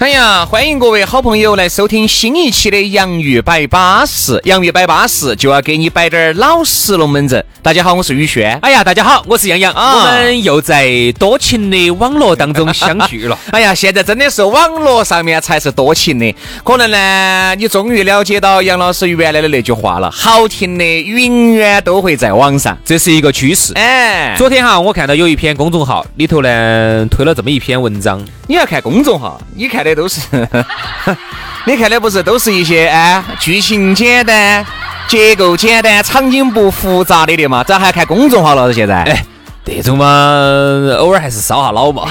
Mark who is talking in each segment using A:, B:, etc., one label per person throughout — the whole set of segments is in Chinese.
A: 哎呀，欢迎各位好朋友来收听新一期的《洋芋摆巴士》，洋芋摆巴士就要给你摆点儿老实龙门阵。大家好，我是宇轩。
B: 哎呀，大家好，我是杨洋，
A: 啊
B: 我们又在多情的网络当中相聚了。
A: 哎呀，现在真的是网络上面才是多情的，可能呢，你终于了解到杨老师原来的那句话了：好听的永远都会在网上。
B: 这是一个趋势。
A: 哎，
B: 昨天哈，我看到有一篇公众号里头呢推了这么一篇文章，
A: 你要看公众号，你看的都是， 你看的不是都是一些啊，剧情简单、结构简单、场景不复杂的的嘛？咋还看公众号了？现在？
B: 哎，这种嘛，偶尔还是烧下脑 嘛。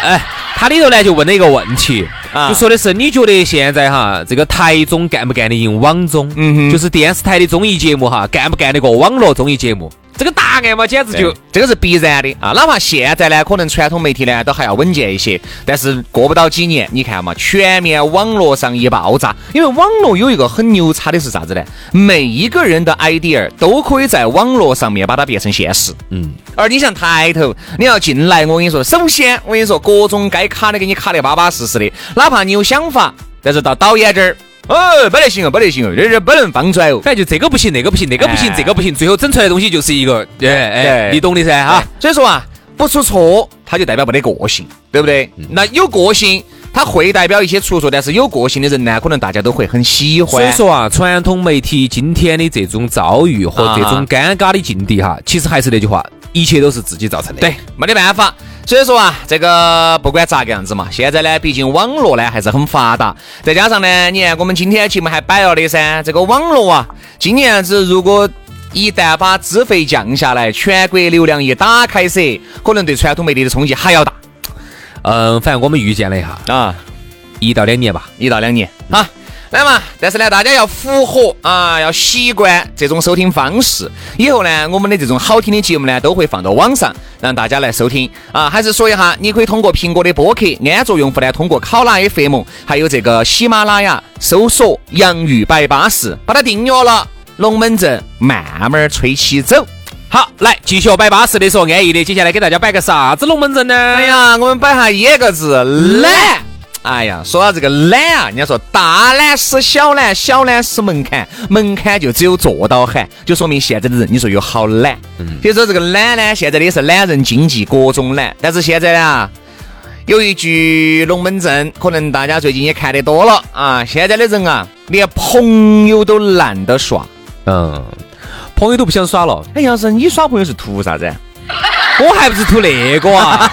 B: 哎，它里头呢就问了一个问题，
A: 啊
B: 就说的是你觉得现在哈这个台中干不干得赢网中？
A: 嗯哼
B: 就是电视台的综艺节目哈，干不干得过网络综艺节目？这个答案嘛，简直
A: 就
B: 就
A: 这个是必然的啊。哪怕现在呢，可能传统媒体呢都还要稳健一些，但是过不到几年，你看嘛，全面网络上一爆炸。因为网络有一个很牛叉的是啥子呢？每一个人的 idea 都可以在网络上面把它变成现实。嗯。而你像抬头，你要进来，我跟你说，首先我跟你说，各种该卡的给你卡得巴巴适适的，哪怕你有想法，但是到导演这儿。哦，不得行哦，不得行哦，这这不能放出来哦。
B: 反正哎就这个不行，那个不行，那个不行，
A: 哎
B: 这个不行，最后整出来的东西就是一个，哎哎，
A: 对
B: 你懂的噻哈
A: 啊。，所以说啊，不出错，它就代表没得个性，对不对？
B: 嗯
A: 那有个性，它会代表一些出错，但是有个性的人呢，可能大家都会很喜
B: 所以
A: 欢。
B: 说啊，传统媒体今天的这种遭遇
A: 啊
B: 和这种尴尬的境地哈，其实还是那句话，一切都是自己造成的。
A: 对，，没得办法。所以说啊，这个不管咋个样子嘛，现在呢，毕竟网络呢还是很发达，再加上呢，你看我们今天节目还摆了的噻，这个网络啊，今年子如果一旦把资费降下来，全国流量一打开噻，可能对传统媒体的冲击还要大
B: 嗯，反正我们预见了一下，
A: 啊。
B: 一到两年吧。
A: 一到两年啊。来嘛，但是呢，大家要符合啊，要习惯这种收听方式。以后呢，我们的这种好听的节目呢，都会放到网上，让大家来收听啊。还是说一下，你可以通过苹果的播客，安卓用户呢，通过考拉 FM，还有这个喜马拉雅搜索“洋芋摆巴士”，把它订阅了，龙门阵慢慢儿吹起走。
B: 好，来继续摆巴适的说安逸的，接下来给大家摆个啥子龙门阵呢？
A: 哎，呀，我们摆下一个字懒。哎呀，说到这个懒啊，人家说大懒是小懒，小懒是门槛，门槛就只有做到喊，就说明现在的人，你说有好懒。比如说这个懒呢，现在的也是懒人经济，各种懒。但是现在啊，有一句龙门阵，可能大家最近也看得多了啊。现在的人啊，连朋友都懒得耍。
B: 嗯，朋友都不想耍了，
A: 哎，杨老师，你耍朋友是图啥子？
B: 我还不是图那个啊，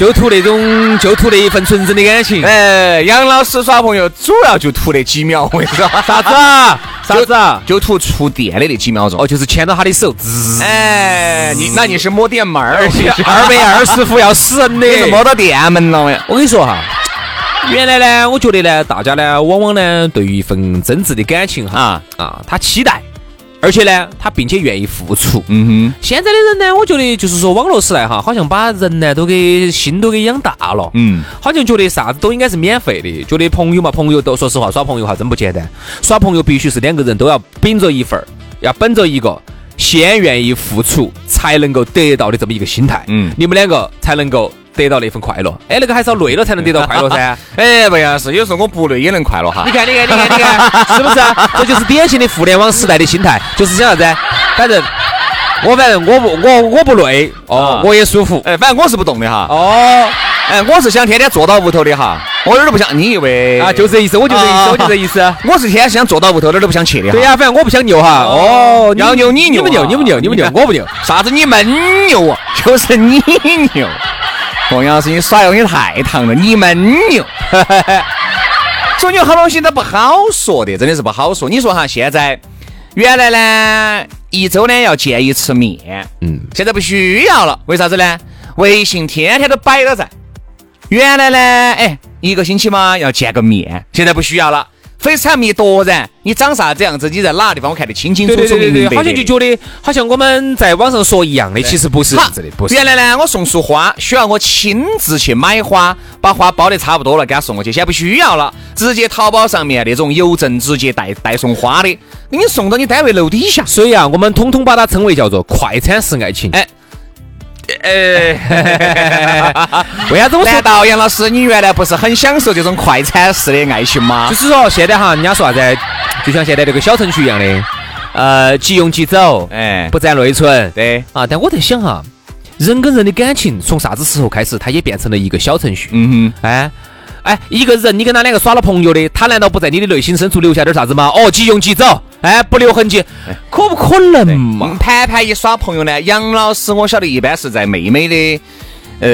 B: 就图那种， 就图那一份纯真的感 情。
A: 哎，杨老师耍朋友主要就图那几秒，我跟你说。
B: 啥子啊？啥子啊？
A: 就图触电的那几秒钟。
B: 哦，就是嗯牵到他的手， 滋，
A: 哎，你那你是摸电门
B: 哎
A: 儿，你是
B: 二百二十副要死人的。
A: 你是摸到电门了呀？
B: 我跟你说哈，原来呢，我觉得呢，大家呢，往往呢，对于一份真挚的感情哈
A: 啊，
B: 啊，他期待，而且呢，他并且愿意付出。
A: 嗯哼，
B: 现在的人呢，我觉得就是说，网络时代哈，好像把人呢都给心都给养大了，
A: 嗯，
B: 好像觉得啥子都应该是免费的，觉得朋友嘛，朋友都说实话，耍朋友哈真不简单，耍朋友必须是两个人都要秉着一份儿，要本着一个先愿意付出才能够得到的这么一个心态，
A: 嗯
B: 你们两个才能够得到那份快乐，哎，那个还是要累了才能得到快乐噻。
A: 哎，不要是，有时候我不累也能快乐哈
B: 你。看，你看，你看，你看，是不是、啊？这就是典型的互联网时代的心态，就是想啥子？啊反正我反正我不我我不累哦
A: 啊，
B: 我也舒服
A: 哎，反正我是不动的哈。
B: 哦
A: 哎，我是想天天坐到屋头的哈，我一点儿都不想。你以为
B: 啊，就这意思，我就这意思，我就这意 思。啊
A: 我是天天想坐到屋头，一点儿都不想去的。
B: 对、呀，反正我不想牛哈。哦，
A: 要牛你
B: 你
A: 牛
B: 们牛，
A: 啊
B: 你们牛，你们牛，我不牛。
A: 啥子你闷牛啊？ 就是你牛。同样是你耍游戏太烫了，你闷牛。 所以有好多东西都不好说的，真的是不好说。你说哈，现在原来呢，一周呢要见一次面。嗯，现在不需要了，为啥子呢？微信天天都摆着在。原来呢，哎，一个星期嘛要见个面，现在不需要了。FaceTime 一夺人，你长啥子样子，你在哪个地方，我看得清清楚
B: 对对
A: 楚、
B: 对
A: 明明
B: 对
A: 白
B: 对，
A: 白。
B: 好像就觉得好像我们在网上说一样的，其实不是这
A: 好
B: 样子的，不是。
A: 原来呢，我送束花需要我亲自去买花，把花包得差不多了，给他送过去。现在不需要了，直接淘宝上面那种邮政直接代代送花的，给你送到你单位楼底下。
B: 所以啊，我们统统把它称为叫做快餐式爱情。
A: 哎
B: 为啥子我说
A: 呃难道杨老师你原来不是很享受这种快餐式的爱情吗
B: 就？是说现在哈，人家说啥子，就像现在这个小程序一样的，呃，即用即走，
A: 哎
B: 不占内存。
A: 对
B: 啊，但我在想哈，人跟人的感情从啥子时候开始，它也变成了一个小程序？
A: 嗯哼，
B: 哎。哎，一个人你跟他两个耍了朋友的，他难道不在你的内心深处留下点啥子吗？哦，即用即走，哎，不留痕迹，可不可能嘛？
A: 嗯盘盘一耍朋友呢，杨老师我晓得一般是在妹妹的。呃，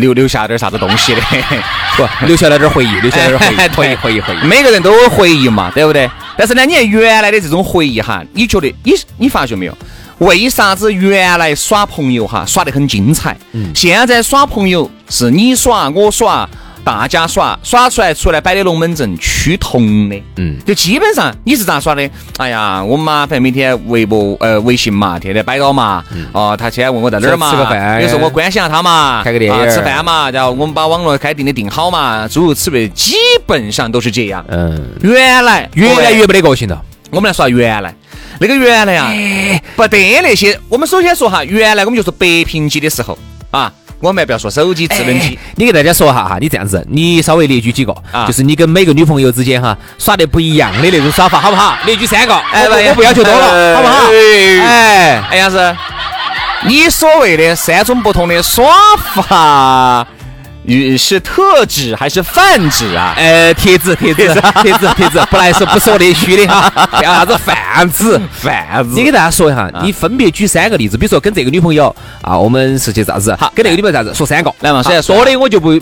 A: 留留下点啥子东西的，
B: 不，留下了点回忆，留下了点回忆，
A: 对
B: 回忆，回忆， 回忆。
A: 每个人都有回忆嘛，对不对？但是呢，你看原来的这种回忆哈，你觉得你你发觉没有？为啥子原来耍朋友哈耍得很精彩？
B: 嗯
A: 现在耍朋友是你耍我耍大家耍，耍出来出来摆的龙门阵趋同的。
B: 嗯
A: 就基本上你是咋耍的？哎呀，我妈反正每天微博呃微信嘛，天天摆到嘛。哦，她今天问我在哪儿嘛，
B: 嗯吃个饭
A: 有时候我关心下她嘛，
B: 开个电影
A: 啊吃饭嘛，然后我们把网络该定的定好嘛，诸如此类，基本上都是这样。
B: 嗯，
A: 原来
B: 越来越没得个性了。
A: 我们来说下原来那个原来啊，
B: 哎
A: 不得那些。我们首先说哈，原来我们就是白屏机的时候啊，我们还不要说手机、智能机，
B: 哎你给大家说一下哈，你这样子，你稍微列举几个，
A: 啊
B: 就是你跟每个女朋友之间哈耍的不一样的那种耍法，好不好？列举三个，哎，我我不要求多了，好不好？
A: 哎，
B: 哎，
A: 哎呀是，你所谓的三种不同的耍法，与是特指还是泛指啊？
B: 呃，帖子，帖子，帖子，帖子，不来是不说那虚的哈， 哎不要啥子贩子。
A: 泛
B: 你
A: 指。
B: 给大家说一下，
A: 啊
B: 你分别举三个例子，比如说跟这个女朋友啊，我们是去啥子？好，跟那个女朋友啥子？说三个，
A: 来嘛
B: 好
A: 先说
B: 多的我就不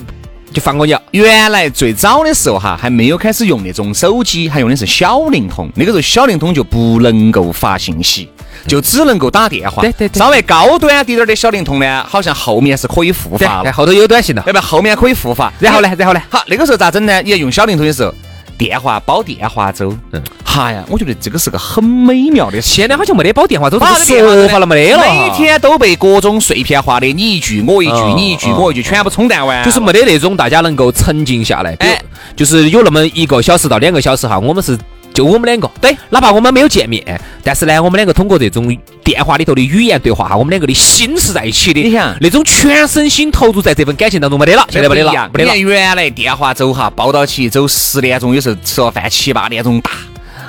B: 就放过你了。
A: 原来最早的时候哈，还没有开始用那种手机，还用的是小灵通。那个时候小灵通就不能够发信息，就只能够打电话。
B: 对对对
A: 稍微高端滴点儿的小灵通呢，好像后面是可以复
B: 对，
A: 发
B: 哎
A: 了，
B: 后头有短信了。
A: 要不然后面可以复发。
B: 然后呢，然后呢？
A: 好，那个时候咋整呢？你要用小灵通的时候，电话煲电话粥。
B: 嗯
A: 嗯，哈呀，我觉得这个是个很美妙的事。
B: 现在好像没得煲电话粥这
A: 把
B: 个
A: 这电话
B: 说法了，没得了哈。
A: 每天都被各种碎片化的你一句我一句
B: 嗯
A: 你一句
B: 嗯
A: 我一句全部冲淡完了，
B: 就是没得那种大家能够沉静下来，比如
A: 哎
B: 就是有那么一个小时到两个小时哈，我们是就我们两个，对，哪怕我们没有见面，但是呢，我们两个通过这种电话里头的语言对话哈，我们两个的心是在一起的，
A: 你想
B: 那种全身心投入在这份感情当中没得了，现在没得
A: 不一
B: 了
A: 样，
B: 没得
A: 你看
B: 了。
A: 原来电话粥哈，煲到起走十点钟，有时候吃了饭七八点钟打。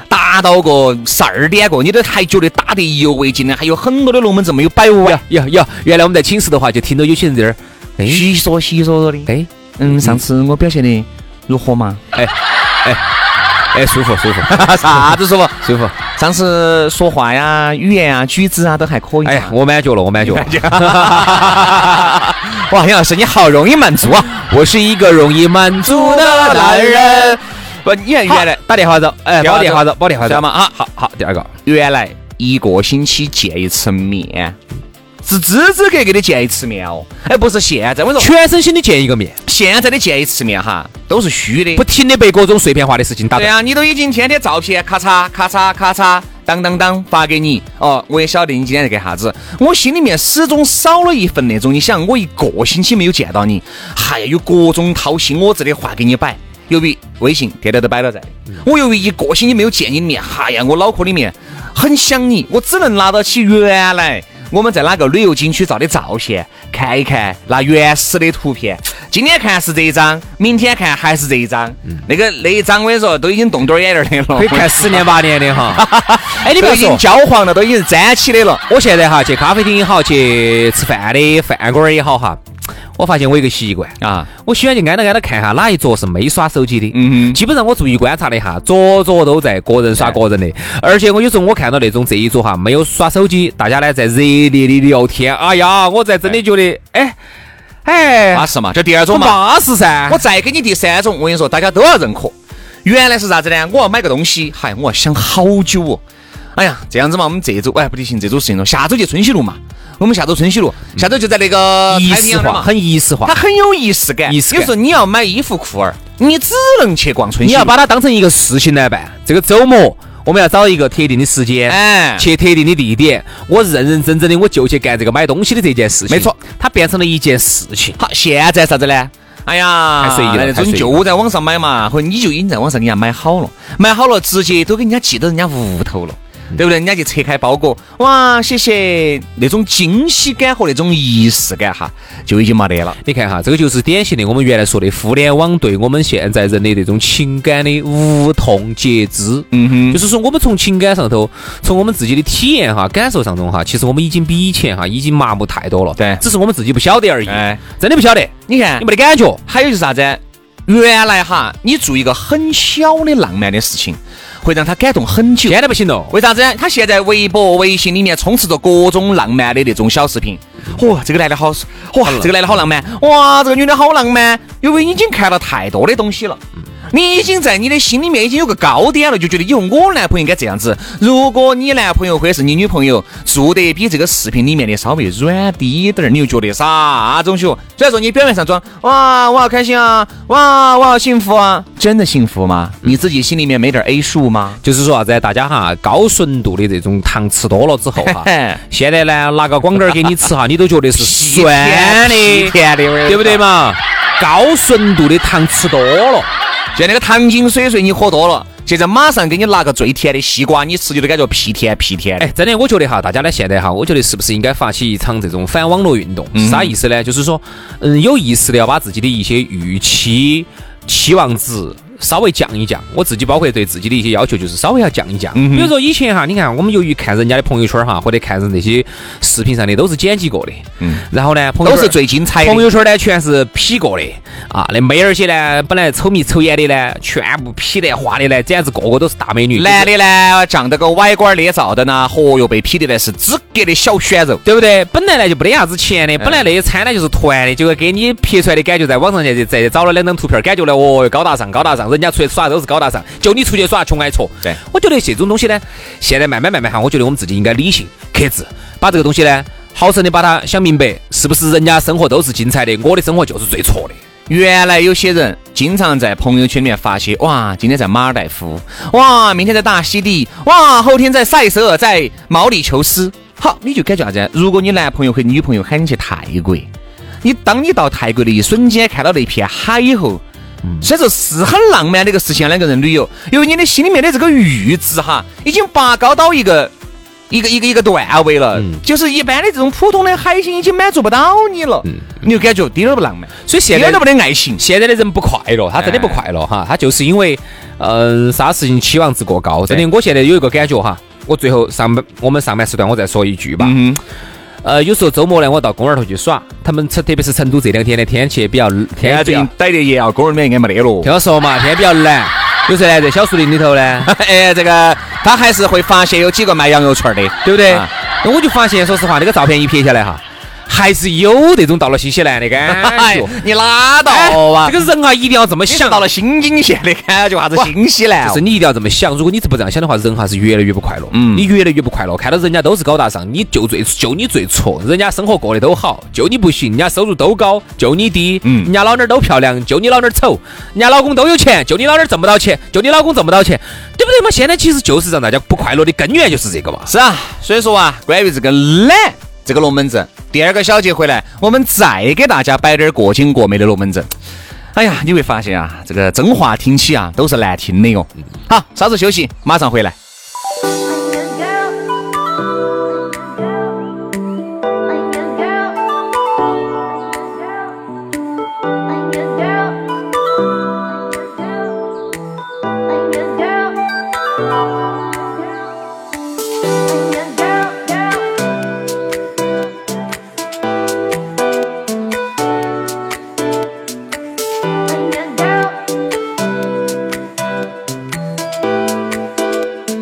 A: 打到个十二点过，你都还觉得打得意犹未尽呢，还有很多的龙门阵没有摆完
B: 呀，呀呀！原来我们在寝室的话，就听到有些人在那儿，哎
A: 稀说稀说说的。
B: 哎
A: 嗯，上次我表现的如何嘛？
B: 哎，舒服舒 服
A: 啥子舒服？
B: 舒服，
A: 上次说话呀、语言啊、举止啊都还可以嘛。
B: 哎呀，我满足了，我满足了。
A: 哇，杨老师你好容易满足啊！
B: 我是一个容易满足的男人。
A: 不，你看
B: 好
A: 原来
B: 打电话粥，哎，煲电话粥，煲电话
A: 知道
B: 粥
A: 吗？。啊，
B: 好好，第二个，
A: 原来一个星期见一次面，是支支格格的见一次面哦。哎，不是现在，我跟你说，
B: 全身心的见一个面，
A: 现在的见一次面哈，都是虚的。
B: 不停的被各种碎片化的事情打
A: 对
B: 断。
A: 啊，你都已经天天照片咔嚓咔嚓咔嚓，当当当发给你哦，我也晓得你今天在干啥子。我心里面始终少了一份那种，你想我一个星期没有见到你，还有各种掏心窝子的话给你摆。由于微信天天都摆到在的，我由于一个星期没有见你的面，哎呀，我脑壳里面很想你，我只能拿到起原来我们在哪个旅游景区照的照片，看一看那原始的图片。今天看是这一张，明天看还是这一张。那个那一张我跟你说，都已经动点儿眼泪儿的了，
B: 嗯可以看十年八年 的哈，哎，你不
A: 都
B: 要
A: 已经
B: 说，
A: 焦黄了，都已经粘起的了。
B: 我现在哈去咖啡厅也好，去吃饭的饭馆儿也好哈，我发现我有个习惯
A: 啊，
B: 我喜欢去挨着挨着看哈哪一桌是没耍手机的。
A: 嗯哼
B: 基本上我注意观察了一下，桌桌都在个人耍个人的，而且我有时候我看到那种这一桌哈没有耍手机，大家呢在热烈的聊天，哎呀，我在真的觉得，哎，哎，
A: 巴适嘛，这第二
B: 很
A: 种嘛。
B: 巴适噻
A: 我。再给你第三种，我跟你说，大家都要认可。原来是啥子呢？我要买个东西，嗨，我要想好久哦。哎呀，这样子嘛，我们这周哎不行，这周事情了，下周就春熙路嘛。我们下周春熙路，下周就在那个
B: 嗯仪
A: 太平
B: 式
A: 洋那儿
B: 化，
A: 嘛，
B: 很仪式化
A: 它。很有仪式感。
B: 仪式感
A: 有时候你要买衣服裤儿，你只能去逛春
B: 你
A: 熙路。
B: 要把它当成一个事情来办。这个周末我们要找一个特定的时间，
A: 哎
B: 去特定的地点，我认认真真的我就去干这个买东西的这件事情。
A: 没错，
B: 它变成了一件事情。
A: 好，现在啥子呢？哎呀，
B: 太随意了
A: 那
B: 太
A: 种
B: 随意
A: 就在网上买嘛，或者你就已经在网上给人家买好了，买好了直接都给人家寄到人家屋头了。
B: 嗯
A: 对不对？人家就拆开包裹，哇，谢谢！那种惊喜感和那种仪式感哈，就已经没得了。
B: 你看哈，这个就是典型的我们原来说的互联网对我们现在人的这种情感的无痛截肢。
A: 嗯哼，
B: 就是说，我们从情感上头，从我们自己的体验哈、感受上中哈，其实我们已经比以前哈已经麻木太多了。
A: 对
B: 只是我们自己不晓得而已。
A: 哎
B: 真的不晓得，
A: 你看
B: 你，没得感觉。
A: 还有就是啥子？原来哈，你做一个很小的浪漫的事情，会让他感动很久。
B: 现在不行了，
A: 为啥子？他现在微博、微信里面充斥着各种浪漫的那种小视频。哇、这个男的好，哇，这个男的好浪漫，哇，这个女的好浪漫，因为已经看了太多的东西了。你已经在你的心里面已经有个高点了，就觉得以后我男朋友应该这样子。如果你男朋友或者是你女朋友做得比这个视频里面的稍微软低一点儿，你又觉得啥东西哦？虽然说你表面上装哇我好开心啊，哇我好幸福啊，真的幸福吗？你自己心里面没点 A 数吗？
B: 就是说啥子？大家哈，高纯度的这种糖吃多了之后哈
A: 嘿，
B: 现在呢，拿个广点儿给你吃哈，你都觉得是酸的，
A: 甜的，
B: 对不对？嘛？高纯度的糖吃多了，
A: 就那个糖精水水，你喝多了，现在马上给你拿个最甜的西瓜，你吃起就感觉屁甜屁甜的
B: 哎，。真的，我觉得哈，大家呢现在哈，我觉得是不是应该发起一场这种反网络运动？是啥意思呢？就是说，嗯，有意识的要把自己的一些预期、期望值。稍微降一降，我自己包括对自己的一些要求，就是稍微要降一
A: 嗯
B: 降。比如说以前哈，你看我们由于看人家的朋友圈哈，或者看人那些视频上的都是剪辑过的，嗯，然后呢，朋友
A: 都
B: 圈
A: 是最精彩
B: 朋
A: 的，
B: 友圈呢全是 P 过的啊，那妹儿些呢本来丑眉丑眼的呢，全部 P 得画的呢，简直个个都是大美女。
A: 男的呢长得个歪瓜裂枣的呢，嚯哟，被批的呢是资格的小鲜肉。
B: 对不对？本来呢就没得啥子钱的，本来那一餐呢就是团的，结果给你拍出来的感觉，在网上去再找了两张图片，感觉呢哦哟高大上高大上，人家出去耍都是高大上，就你出去耍穷挨戳。
A: 对
B: 我觉得这种东西呢，现在慢慢慢慢哈，我觉得我们自己应该理性克制，把这个东西呢好生的把它想明白，是不是人家生活都是精彩的，我的生活就是最挫的。
A: 原来有些人经常在朋友圈里面发些，哇，今天在马尔代夫，哇，明天在大溪地，哇，后天在塞舌尔，在毛里求斯。好，你就感觉啥子？如果你男朋友和女朋友喊你去泰国，你当你到泰国的一瞬间看到那片海以后，
B: 嗯
A: 虽然说是很浪漫的一个事情，两个人旅游，由于你的心里面的这个阈值哈，已经拔高到一个一个一个一个段位了，
B: 嗯
A: 就是一般的这种普通的海星已经满足不到你了，你就感觉一点都不浪漫。
B: 嗯所以现
A: 一
B: 在
A: 点都没得爱情。
B: 现在的人不快乐，他真的不快乐哈，他就是因为，嗯、啥事情期望值过高。真的，我现在有一个感觉哈，我最后上班，我们上班时段我再说一句吧。
A: 嗯
B: 呃，有时候周末呢，我到公园头去耍，他们特特别是成都这两天的天气比较
A: 哎
B: 天气比较，
A: 逮的药沟里面应该没得了。
B: 听我说嘛，天比 较蓝。有时候呢，在小树林里头呢，
A: 啊哎，这个他还是会发现有几个卖羊肉串的，
B: 对不对？
A: 啊
B: 那我就发现，说实话，那个照片一拍下来哈，还是有那种到了新西兰的感
A: 哎
B: 觉。，
A: 你拉倒吧，
B: 哎这个人啊，一定要这么
A: 你是
B: 想
A: 到了新津县的感觉，啥子新西兰
B: 就
A: 哦
B: 是？你一定要这么想，如果你是不这样想的话，人哈是越来越不快乐。
A: 嗯
B: 你越来越不快乐，看到人家都是高大上，你就最就你最挫，人家生活过得都好，就你不行，人家收入都高，就你低，
A: 嗯
B: 人家老娘儿都漂亮，就你老娘儿丑，人家老公都有钱，就你老娘儿挣不到钱，就你老公挣不到钱，对不对嘛？现在其实就是让大家不快乐的根源就是这个嘛。
A: 是啊，所以说啊，关于这个懒这个龙门阵，第二个小节回来，我们再给大家摆点儿过经过美的龙门阵。哎呀，你会发现啊，这个真话听起啊都是难听的哟。好，稍事休息，马上回来。
C: Like a girl.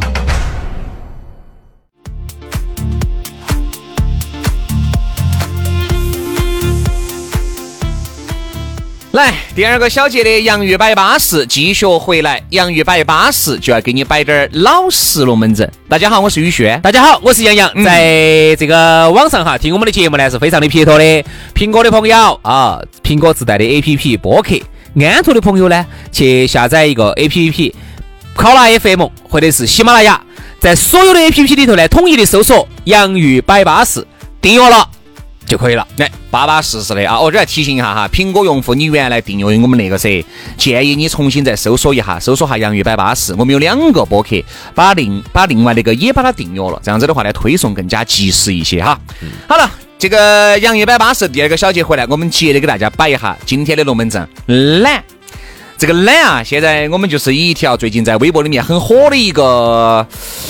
A: 来，第二个小节的洋芋摆巴适，继续回来。洋芋摆巴适就要给你摆点儿老实龙门阵。大家好，我是嗯宇轩。
B: 大家好，我是杨洋，在这个网上哈听我们的节目呢是非常的撇脱的。苹果的朋友啊，苹果自带的 APP 播客；安卓的朋友呢，去下载一个 APP，考拉 FM 或者是喜马拉雅，在所有的 APP 里头呢，统一的搜索“洋芋摆巴士”，订阅了就可以了。
A: 来，巴巴适适的啊！我这儿要提醒一下哈，苹果用户，你原来订阅我们那个噻，建议你重新再搜索一下，搜索下洋芋摆巴适。我们有两个播客，把另把另外那个也把它订阅了，这样子的话呢，推送更加啊及时一些哈。好了，这个洋芋摆巴适第二个小节回来，我们接着给大家摆一下今天的龙门阵懒。这个懒啊，现在我们就是以一条最近在微博里面很火的一个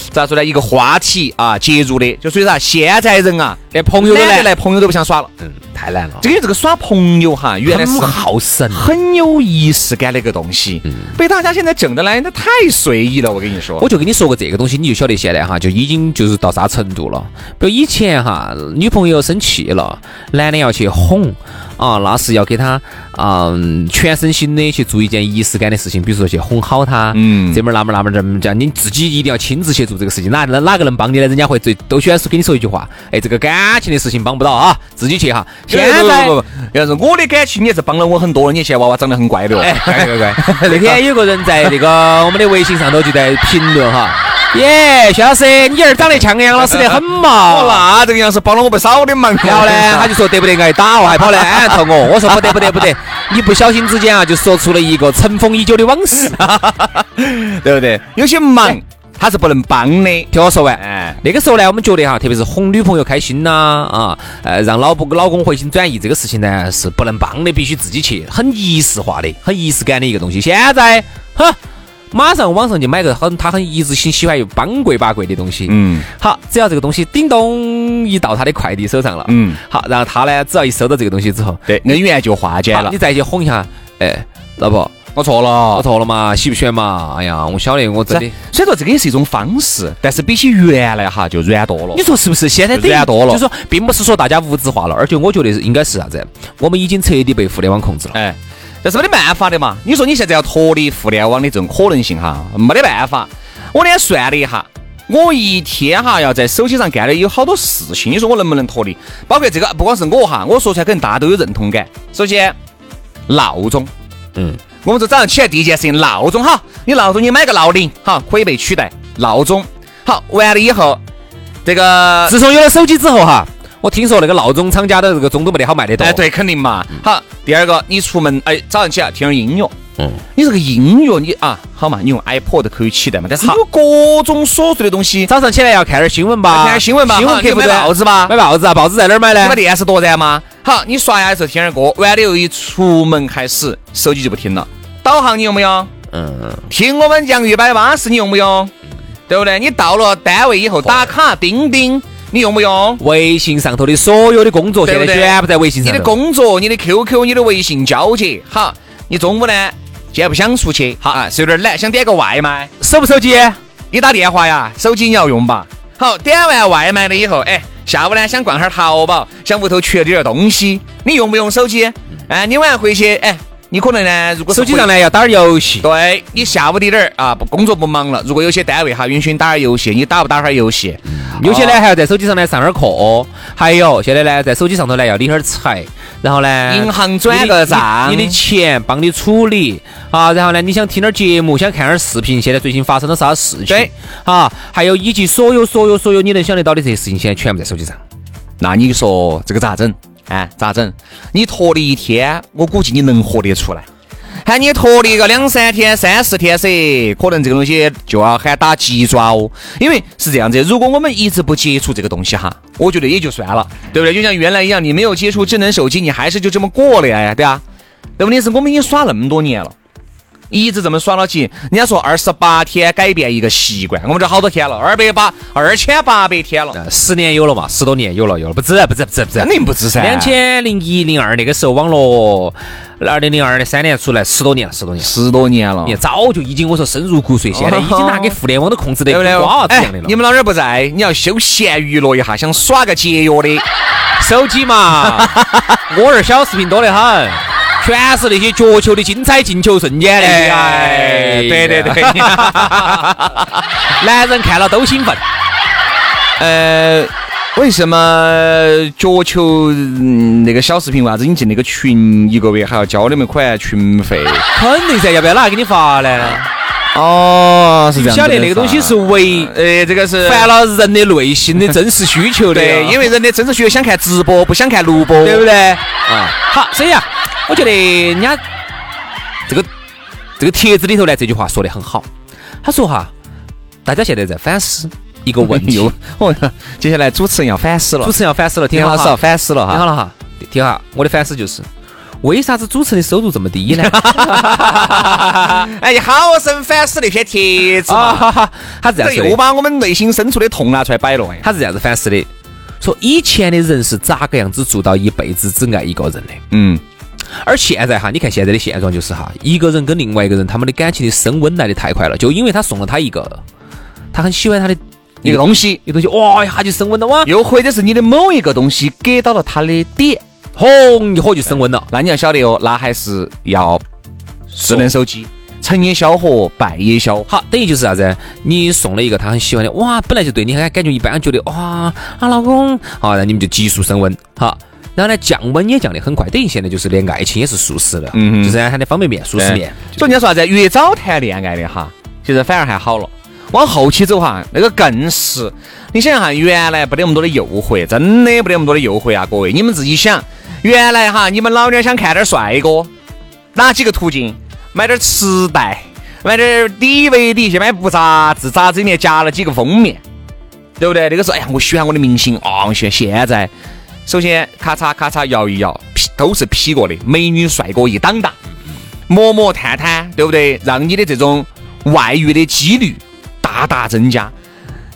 A: 咋说呢，一个话题啊接入的，就所以啥，现在人啊，
B: 连哎朋友都
A: 懒得
B: 来，
A: 来，朋友都不想耍了。
B: 嗯，太难了，
A: 这个这个耍朋友哈，原来是
B: 很嗯耗神。啊
A: 很有仪式感的一个东西，被大家现在整的来，那太随意了。我跟你说，
B: 我就跟你说过这个东西，你就晓得现在哈，就已经就是到啥程度了。比如以前哈，女朋友生气了，男的要去哄啊，那是要给她嗯全身心的去做一件仪式感的事情，比如说去哄好她，
A: 嗯
B: 这门儿那门儿那门儿这么讲，你自己一定要亲自去做这个事情。哪哪哪个能帮你呢？人家会最都喜欢说跟你说一句话，哎，这个感情的事情帮不到啊，自己去哈。现在
A: 不不不，要是我的感情，你也是帮了我很多了。你现在娃娃长得很乖的哦，
B: 哎，乖乖乖！ 那天有个人在那个 我们的微信上头就在评论哈，耶，薛老师，你儿长得像杨老师的很
A: 哦，
B: 嘛。
A: 那这个样是帮了我不少的忙。
B: 然后呢，他就说得不得挨打哦，还跑来安套我。我说不得不得不得，一不小心之间啊，就说出了一个尘封已久的往事。
A: 对不对？有些忙他是不能帮的。
B: 听我说完，
A: 哎，
B: 那个时候呢，我们觉得哈，特别是哄女朋友开心呐，啊，呃，让老婆老公回心转意这个事情呢，是不能帮的，必须自己去，很仪式化的，很仪式感的一个东西。现在，哼，马上网上就买个很他很一致性喜欢又帮贵八贵的东西，
A: 嗯
B: 好，只要这个东西叮咚一到他的快递手上了，
A: 嗯，
B: 好，然后他呢，只要一收到这个东西之后，
A: 对，恩怨就化解
B: 好
A: 了
B: 你。再去哄一下，哎，老婆，
A: 我错
B: 我
A: 了。
B: 错了嘛，喜不喜欢嘛？哎呀，我晓得，我真的。
A: 所以说这个也是一种方式，但是比起原来哈就软多了
B: 你。说是不是？现在等于
A: 软哦多了
B: 就是说，并不是说大家物质化了，而且我觉得是应该是啥子？我们已经彻底被互联网控制了。
A: 哎，但是没得办法的嘛。你说你现在要脱离互联网的这种可能性哈，没得办法。我那天算了一下，我一天哈要在手机上干的有好多事情，你说我能不能脱离？包括这个，不光是我哈，我说出来可能大家都有认同感。首先，闹钟，
B: 嗯，
A: 我们说早上起来第一件事情，闹钟哈，你闹钟你买个闹铃哈，可以被取代闹钟。好，完了以后，这个
B: 自从有了手机之后哈，我听说那个闹钟厂家的这个钟都没得好卖得多。
A: 哎，，对，肯定嘛。好，第二个，你出门哎，早上起来听点音乐。
B: 嗯
A: 嗯，你这个音乐，你啊，好嘛，你用 iPod 可以取代嘛，但
B: 嗯
A: 是有各种琐碎的东西，
B: 哎早上起来要看点新闻吧，
A: 看点新闻嘛，
B: 新闻
A: 哈
B: 客
A: 你
B: 户
A: 买
B: 端
A: 报纸嘛，
B: 买报纸啊，报纸在哪儿
A: 你
B: 买
A: 把
B: 呢？
A: 电视夺燃嘛。好，你刷牙的时候听点歌，完了又一出门开始，手机就不听了。导航你用不用？
B: 嗯，
A: 听我们洋芋摆巴士你用不用？对不对？你到了单位以后打卡钉钉，你用不用？
B: 微信上头的所有的工作
A: 对
B: 现
A: 不
B: 在
A: 对
B: 全部在微信
A: 你
B: 上
A: 的
B: 头。
A: 工作、你的 QQ、你的微信交接，好，你中午呢，今天不想出去，好啊，是有点懒，想点个外卖，
B: 手不手机？
A: 你打电话呀，手机你要用吧。好，点完外卖了以后，哎，下午呢想逛下淘宝，想屋头缺点儿东西，你用不用手机？哎，你晚上回去，哎，你可能呢，如果是
B: 嗯手机
A: 回
B: 上呢要打点游戏。
A: 对你下午滴点儿啊，不工作不忙了，如果有些单位哈允许你打下游戏，你打不打下游戏？
B: 有些呢还要在手机上呢上点儿课，哦还有现在呢在手机上头呢要理点儿财，然后呢
A: 银行转个账
B: 你的你的钱帮你处理啊，然后呢你想听点儿节目，想看点儿视频，现在最近发生了啥事情？
A: 对，
B: 啊，还有以及所有所有所有你能想得到的这些事情，现在全部在手机上。
A: 那你啊说这个咋整？哎，咋整？你脱离一天，我估计你能活得出来。喊你脱离个两三天、三四天噻，可能这个东西就要喊打鸡爪哦。因为是这样子，如果我们一直不接触这个东西哈，我觉得也就算了，对不对？就像原来一样，你没有接触智能手机，你还是就这么过了呀，对啊。但问题是，我们已经耍那么多年了。一直这么耍到起，人家说二十八天改变一个习惯，我们这好多天了，二百八二千八百天了，
B: 呃十年有了嘛，十多年有了有了，不止不止不止不止
A: 肯。定不啊止噻。
B: 两千零一零二那个时候，网络二零零二的三年出来，十多年了，十多年了。
A: 十多年了
B: 你，看早就已经我说深入骨髓，现在已经拿给互联网都控制得
A: 哦对不对？
B: 跟瓜娃子一样的
A: 哎
B: 了。
A: 你们老点不在，你要休闲娱乐一下，想耍个节约的，
B: 手机嘛， 我儿小视频多得很，全是那些角球的精彩进球瞬间那哎些。
A: 哎，对对对，
B: 男人看了都兴奋。
A: 呃。为什么脚球嗯那个小视频为啥子你进那个群一个月还要交你们款群费？
B: 肯定噻，要不然哪给你发呢？
A: 哦，是这
B: 不
A: 样子的。
B: 晓得那个东西是为
A: 呃，这个是
B: 烦了人的内心的真实需求的，
A: 对，因为人的真正需要想看直播，不想看录播，
B: 对不对？
A: 啊，
B: 好，所以啊，我觉得人家这个这个帖子里头呢，这句话说得很好。他说哈，大家现在在反思一个问
A: 问
B: 题，
A: 又，哦，接下来主持人要反思了
B: 主，持人要反思了，听
A: 田
B: 好
A: 老师要
B: 哈，
A: 反思了
B: 听好
A: 哈。
B: 了哈，听好，我的反思就是。为啥子主持人的收入这么低 呢？
A: 哎，好生反思那篇帖子嘛，
B: 啊，他是这样
A: 这
B: 说
A: 又
B: 的，
A: 把我们内心深处的痛拿出来摆了。哎，
B: 他是这样子反思的，说以前的人是咋个样子做到一辈子只爱一个人的？
A: 嗯，
B: 而现在哈，你看现在的现状就是哈，一个人跟另外一个人他们的感情的升温来的太快了，就因为他送了他一个，他很喜欢他的
A: 一个东西，
B: 一个东西，哇一下就升温了哇，
A: 又或者是你的某一个东西给到了他的点，
B: 轰一火就升温了。
A: 那你要晓得哦，那还是要智能手机，成也萧何，败也萧何。
B: 好，等于就是啥子？你送了一个他很喜欢的，哇，本来就对你很感觉一般，觉得哇啊老公，好，那你们就急速升温，好，然后呢降温也降得很快，等于现在就是连爱情也是速食了，
A: 嗯哼
B: 就是他的方便面、速食面，
A: 所以人家说啥子？越早谈恋爱的哈，其实反而还好了。往后期走哈，那个更是。你想想哈，原来不得那么多的诱惑，真的不得那么多的诱惑啊！各位，你们自己想，原来哈，你们老娘想看点帅哥，哪几个途径？买点磁带，买点 DVD，去买部杂志，杂志里面夹了几个封面，对不对？那个时候，哎呀，我喜欢我的明星啊，我喜欢现在。首先，咔嚓咔嚓摇一摇，P- 都是 P 过的，美女帅哥一档档。磨磨探探，对不对？让你的这种外遇的几率大大增加。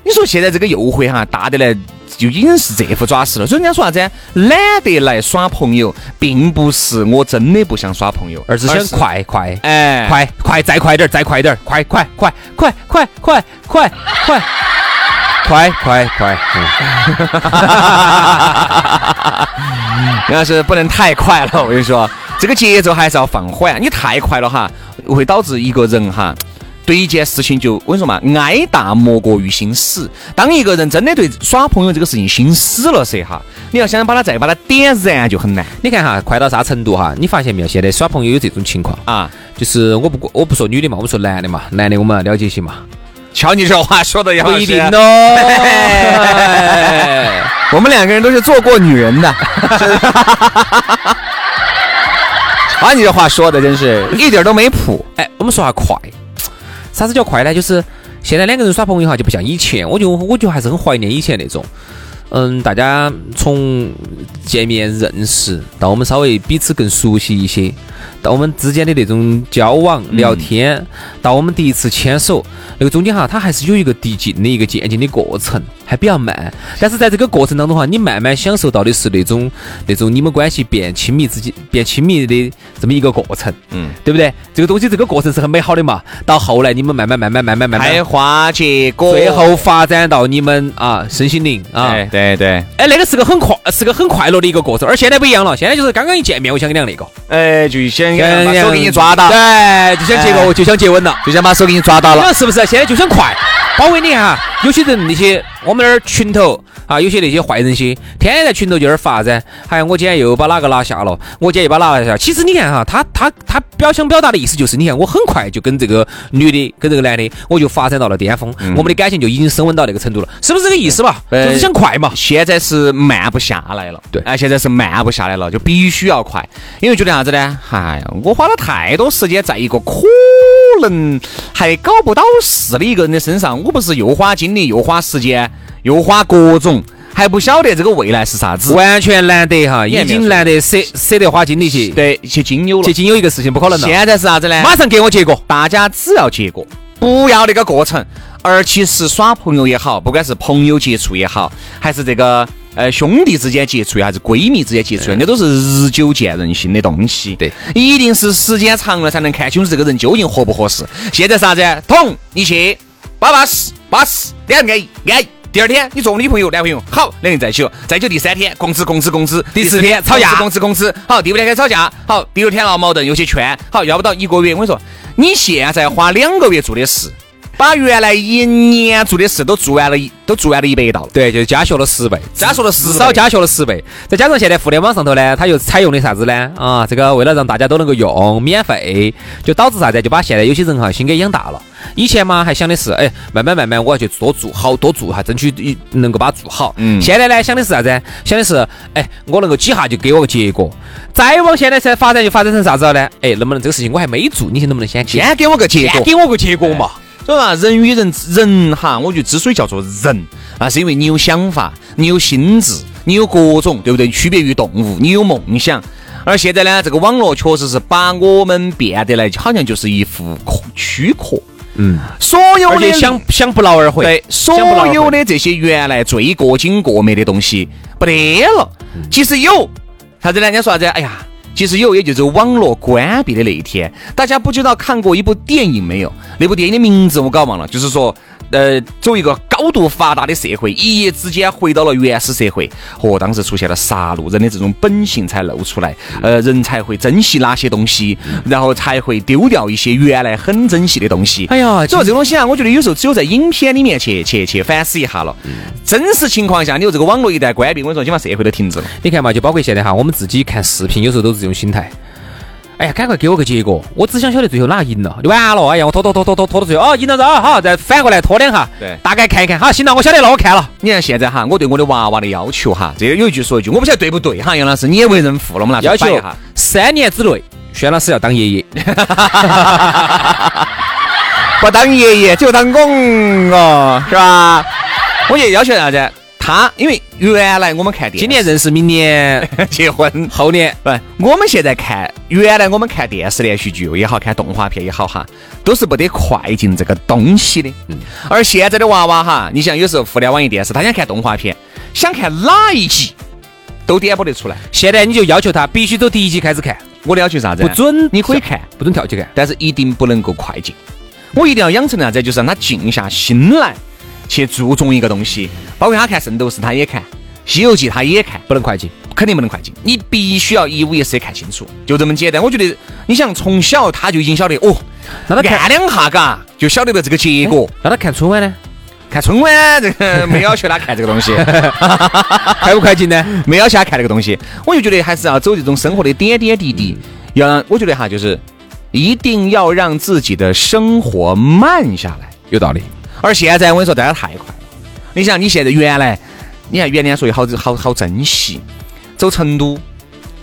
A: 你说现在这个诱惑哈，大得来就已经是这副爪式了。所以人家说啥子？懒得来耍朋友，并不是我真的不想耍朋友，
B: 而是想快快。
A: 哎，
B: 快快再快点儿，再快点儿，快快快快快快快快快快快！嗯
A: 但是不能太快了。我 跟你说，这个节奏还是要放缓。你太快了哈，会导致一个人哈。对一件事情就我跟你说嘛，哀大莫过于心死。当一个人真的对耍朋友这个事情心死了噻哈，你要想把他再把他点燃就很难
B: 你看哈，快到啥程度哈？你发现没有？现在耍朋友有这种情况，
A: 啊。
B: 就是我不我不说女的嘛，我说男的嘛，男的我们要了解些嘛，
A: 瞧你这话说的也
B: 不
A: 不
B: 一
A: 一
B: 定
A: 定
B: 哦。
A: 哦。 我们两个人都是做过女人 的，把你这话说的真是一点都没 谱。
B: 哎，我们说下快，啥子叫快呢？就是现在两个人耍朋友哈，就不像以前，我就我就还是很怀念以前那种。嗯，大家从见面认识到我们稍微彼此更熟悉一些，到我们之间的那种交往、聊天，
A: 嗯
B: 到我们第一次牵手，那个中间哈，它还是有一个递进的一个渐进的过程，还比较慢。但是在这个过程当中哈，你慢慢享受到的是那种那种你们关系变亲密之间变亲密的这么一个过程。
A: 嗯，
B: 对不对？这个东西这个过程是很美好的嘛。到后来你们慢慢慢慢慢慢慢
A: 开
B: 慢，
A: 花结果，
B: 最后发展到你们啊身心灵啊，
A: 哎，对对，
B: 哎，那个是个很快是个很快乐的一个过程。而现在不一样了，现在就是刚刚一见面，我想跟你那个，
A: 哎，就先把手给你
B: 嗯
A: 抓到，
B: 对，就想结个、
A: 哎
B: 就想接吻了。
A: 就想把手给你抓到
B: 你
A: 了。
B: 看是不是？现在就想快，包括你看哈，有些人那些我们那儿群头啊，有些那些坏人些，天天在群头就在那儿发噻。哎，我今天又把哪个拿下了，我今天又把哪个拿下。其实你看哈，他他他表想表达的意思就是，你看我很快就跟这个女的跟这个男的，我就发展到了巅峰，
A: 嗯
B: 我们的感情就已经升温到那个程度了，是不是这个意思嘛？
A: 呃
B: 就是想快嘛。
A: 现在是慢不下来了，
B: 对
A: 哎，现在是慢不下来了，就必须要快，因为觉得啥子呢？哎呀，我花了太多时间在一个可能还搞不到事的一个人的身上，我不是又花精力，又花时间，又花各种，还不晓得这个未来是啥子，
B: 完全难得哈，
A: 你还
B: 已
A: 没有
B: 经难得舍舍得花精力去
A: 对，去经有了
B: 去。经有一个事情，不可能了。
A: 现在是啥子呢？
B: 马上给我结果，
A: 大家只要结果，不要那个过程。而其实耍朋友也好，不管是朋友接触也好，还是这个呃兄弟之间接触，还是闺蜜之间接触，那都是日久见人心的东西。
B: 对，
A: 一定是时间长了才能看清楚这个人究竟合不合适。现在啥子？捅你去，巴巴适巴适，两个安逸安逸。第二天你做我女朋友、男朋友，好，两个人在一起了。再就第三天，工资工资工资，
B: 第四天吵架
A: 工资工资，好，第五天开始吵架，好，第六天闹矛盾又去劝，好，要不到一个月，我跟你说，你现在花两个月做的事，把原来一年做的事都做完了一，都做完了一百道了。
B: 对，就加学了十倍，
A: 再说了十倍
B: 至少加学了十倍。再加上现在互联网上头呢，它又采用的啥子呢？啊，这个为了让大家都能够用，免费，就导致啥子？就把现在有些人哈心给养大了。以前嘛还想的是，哎，慢慢慢慢我要去多做好，多做哈，争取一能够把它做好。
A: 嗯
B: 现在呢想的是啥子？想的是，哎，我能够几下就给我个结果。再往现在才发展就发展成啥子了呢？哎，能不能这个事情我还没做，你能不能先
A: 先给我个结
B: 先
A: 果，
B: 给我个结果嘛？
A: 所以嘛，人与人人哈，我觉得之所以叫做人，那是因为你有想法，你有心智，你有各种，对不对？区别于动物，你有梦想。而现在呢，这个网络确实是把我们变得来，好像就是一副壳躯壳。
B: 嗯，
A: 所有
B: 而
A: 的
B: 且想想不劳而获。
A: 对，所
B: 想不劳而
A: 有
B: 获
A: 的这些原来最过紧过没的东西不得了。
B: 嗯
A: 其实有啥子呢？人家说啥子？哎呀，其实有，也就是网络关闭的那一天。大家不知道看过一部电影没有？那部电影的名字我搞忘了，就是说。呃，作为一个高度发达的社会，一夜之间回到了原始社会，和当时出现了杀戮，人的这种本性才露出来，呃，人才会珍惜哪些东西，然后才会丢掉一些原来很珍惜的东西。
B: 哎呀，
A: 所以这个东西啊，我觉得有时候只有在影片里面去去去反思一下了。真实情况下，你说这个网络一旦关闭，我跟你说，你把社会都停止了。
B: 你看嘛，就包括现在哈，我们自己看视频，有时候都是这种心态。哎呀，赶快给我个结果！我只想晓得最后哪个赢了。你完了，哎呀，我拖拖拖拖拖拖到最后，哦，赢了哦，好，再反过来拖两下，
A: 对
B: 大概看一看，好，行了，我晓得了，我看了。
A: 你看现在哈，我对我的娃娃的要求哈，这个有一句说一句，我不晓得对不对哈，杨老师，你也为人父了，我们拿
B: 要
A: 出来摆
B: 求
A: 一下。
B: 三年之内，轩老师要当爷爷。
A: 不当爷爷，就当公哦，是吧？我爷要求啥子？他因为原来我们看电视，
B: 今年认识，明年
A: 结婚，
B: 后年，
A: 不，我们现在看，原来我们看电视连续剧也好看动画片也好哈，都是没得快进这个东西的。
B: 嗯
A: 而现在的娃娃哈，你像有时候互联网一电视，他想看动画片，想看哪一集都点播得出来。
B: 现在你就要求他必须从第一集开始看，
A: 我的要求是啥子
B: 不
A: 呢？
B: 准
A: 你可以看，
B: 不准跳起看。
A: 但是一定不能够快进。我一定要养成啥子，就是让他静下心来去注重一个东西，包括他看《圣斗士》，他也看。《西游记》他也看，
B: 不能快进，
A: 肯定不能快进，你必须要一五一十地看清楚，就这么简单。我觉得你想从小他就已经晓得哦，
B: 那他看
A: 按两下嘎就晓得了这个结果。
B: 让他看春晚呢？
A: 看春晚啊这个没要求他看这个东西，
B: 快不快进呢？
A: 没要求他看这个东西，我就觉得还是要走这种生活的点点滴滴，要让我觉得哈就是一定要让自己的生活慢下来。
B: 有道理。
A: 而现在我跟你说，大家太快了。你想，你现在原来，你看原来说有好好好珍惜，走成都，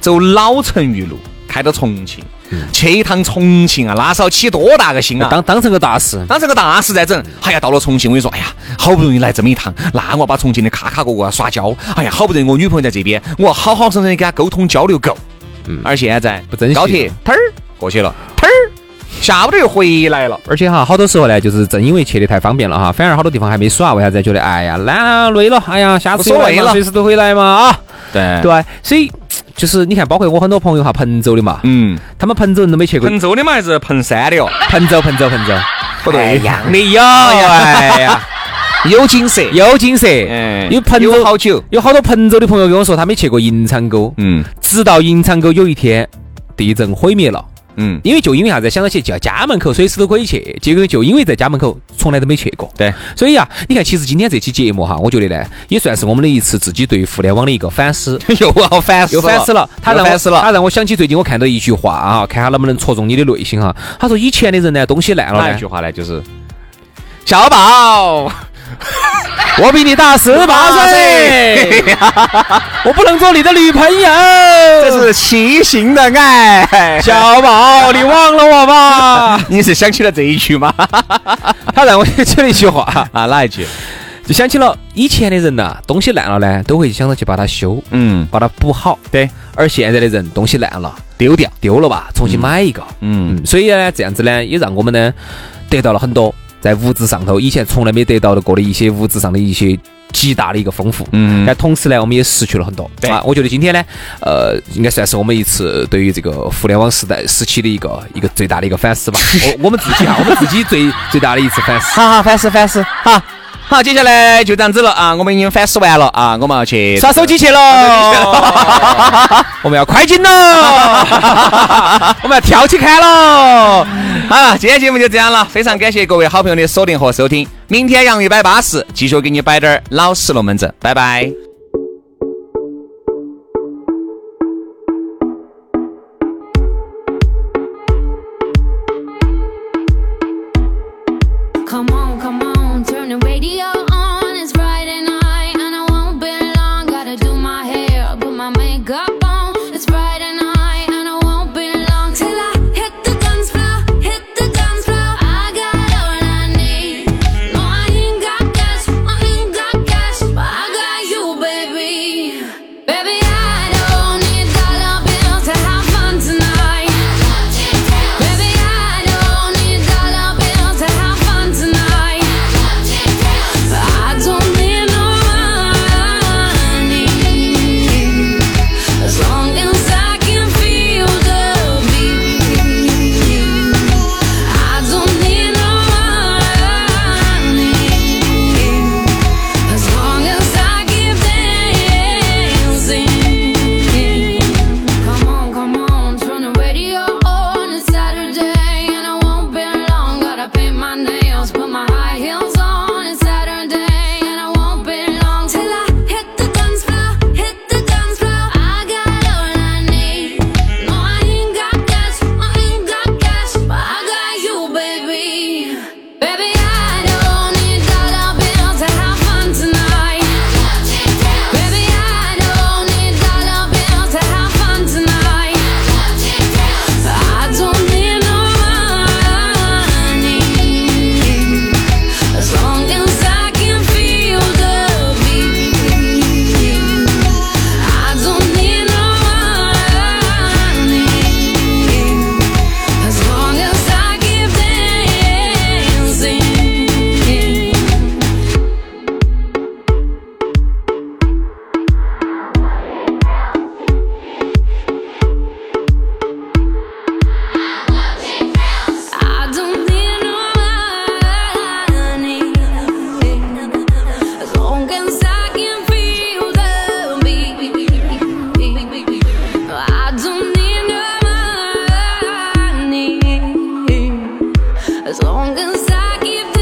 A: 走老成渝路，开到重庆，
B: 嗯
A: 去一趟重庆啊，那时候起多大个心啊！
B: 当当成个大事，
A: 当这个大事在整，哎呀，到了重庆，我跟你说，哎呀，好不容易来这么一趟，那我要把重庆的卡卡角角啊耍焦，哎呀，好不容易我女朋友在这边，我要好好生生的跟她沟通交流够。而现在
B: 嗯不珍惜
A: 高铁，忒儿过去了，忒儿下午都又回来了。
B: 而且哈，好多时候呢，就是正因为去的太方便了哈，反而好多地方还没耍，为啥子觉得哎呀懒了累了，哎呀下次有
A: 无所谓
B: 来嘛
A: 了
B: 随时都会来嘛啊，
A: 对对，
B: 对，所以就是你看，包括我很多朋友哈，彭州的嘛，
A: 嗯，
B: 他们彭州人都没去过，
A: 彭州的嘛还是彭山的哦。
B: 彭州彭州彭州，
A: 不对
B: 哎呀，没有，哎呀，
A: 有景色，
B: 有景色，
A: 哎
B: 有彭州
A: 有好酒，
B: 有好多彭州的朋友跟我说，他没去过银昌沟，
A: 嗯，
B: 直到银昌沟有一天地震毁灭了，
A: 嗯，
B: 因为就因为啥子，想到去叫家门口，随时都可以去。结果就因为在家门口，从来都没去过。
A: 对，
B: 所以啊，你看，其实今天这期节目哈，我觉得呢，也算是我们的一次自己对互联网的一个反思。
A: 又要反思，
B: 又反啊思了，他让
A: 又
B: 我
A: 反思了。
B: 他让我想起最近我看到一句话啊，看下能不能戳中你的内心哈。他说以前的人呢，东西烂了
A: 哪
B: 呢
A: 一句，话呢？就是小宝，
B: 我比你大十八岁， 我不能做你的女朋友。
A: 这是畸形的爱。
B: 小宝，你忘了我吧？
A: 你是想起了这一句吗？
B: 他让我想起了一句话，
A: 啊，哪一句？
B: 就想起了以前的人呐、东西烂了呢，都会想着去把它修，
A: 嗯，
B: 把它补好。
A: 对，
B: 而现在的人，东西烂了，丢掉，丢了吧，重新买一个。
A: 嗯
B: 嗯，所以呢，这样子呢，也让我们呢得到了很多在物质上头以前从来没得到的过的一些物质上的一些极大的一个丰富。
A: 嗯
B: 但同时呢，我们也失去了很多。
A: 对
B: 啊，我觉得今天呢，呃，应该算是我们一次对于这个互联网时代时期的一个一个最大的一个反 思吧。我我们自己啊哈，我们自己最最大的一次反思。
A: 好好反思反思，好。好，接下来就这样子了啊！我们已经反思完了啊，我们要去
B: 耍手机去了， 我们要快 进了，我们要跳起看了。
A: 好，今天节目就这样了，非常感谢各位好朋友的锁定和收听。明天杨宇摆巴适，继续给你摆点儿老实龙门阵，拜拜。
C: Come on, come on, turn the radio on. It's Friday night and I won't be long. Gotta do my hair, put my makeup on. It's Friday night and I won't be long till I hit the dance floor, hit the dance floor. I got all I need. No, I ain't got cash, I ain't got cash, but I got you, baby. Baby, I don't need dollar bills to have fun tonight. Baby, I don't need dollar bills to have fun tonight. I don't need no money as long as I can feel the beat. I don't need no money as long as I keep dancing. Come on, come on, turn the radio on. It's Saturday and I won't be long. Gotta paint my nails, put my high heels on. It's Saturday and I won't be long till I hit the dance floor, hit the dance floor. I got all I need. No, I ain't got cash, I ain't got cash, but I got you, baby. Baby, I don't need dollar bills to have fun tonight. Baby, I don't need dollar bills to have fun tonight. I don't need no money as long as I can feel the beat. I don't need no money as long as I keep dancing. I don't need no money as long as I can feel the beat. I don't need no money as long as I keep Oh,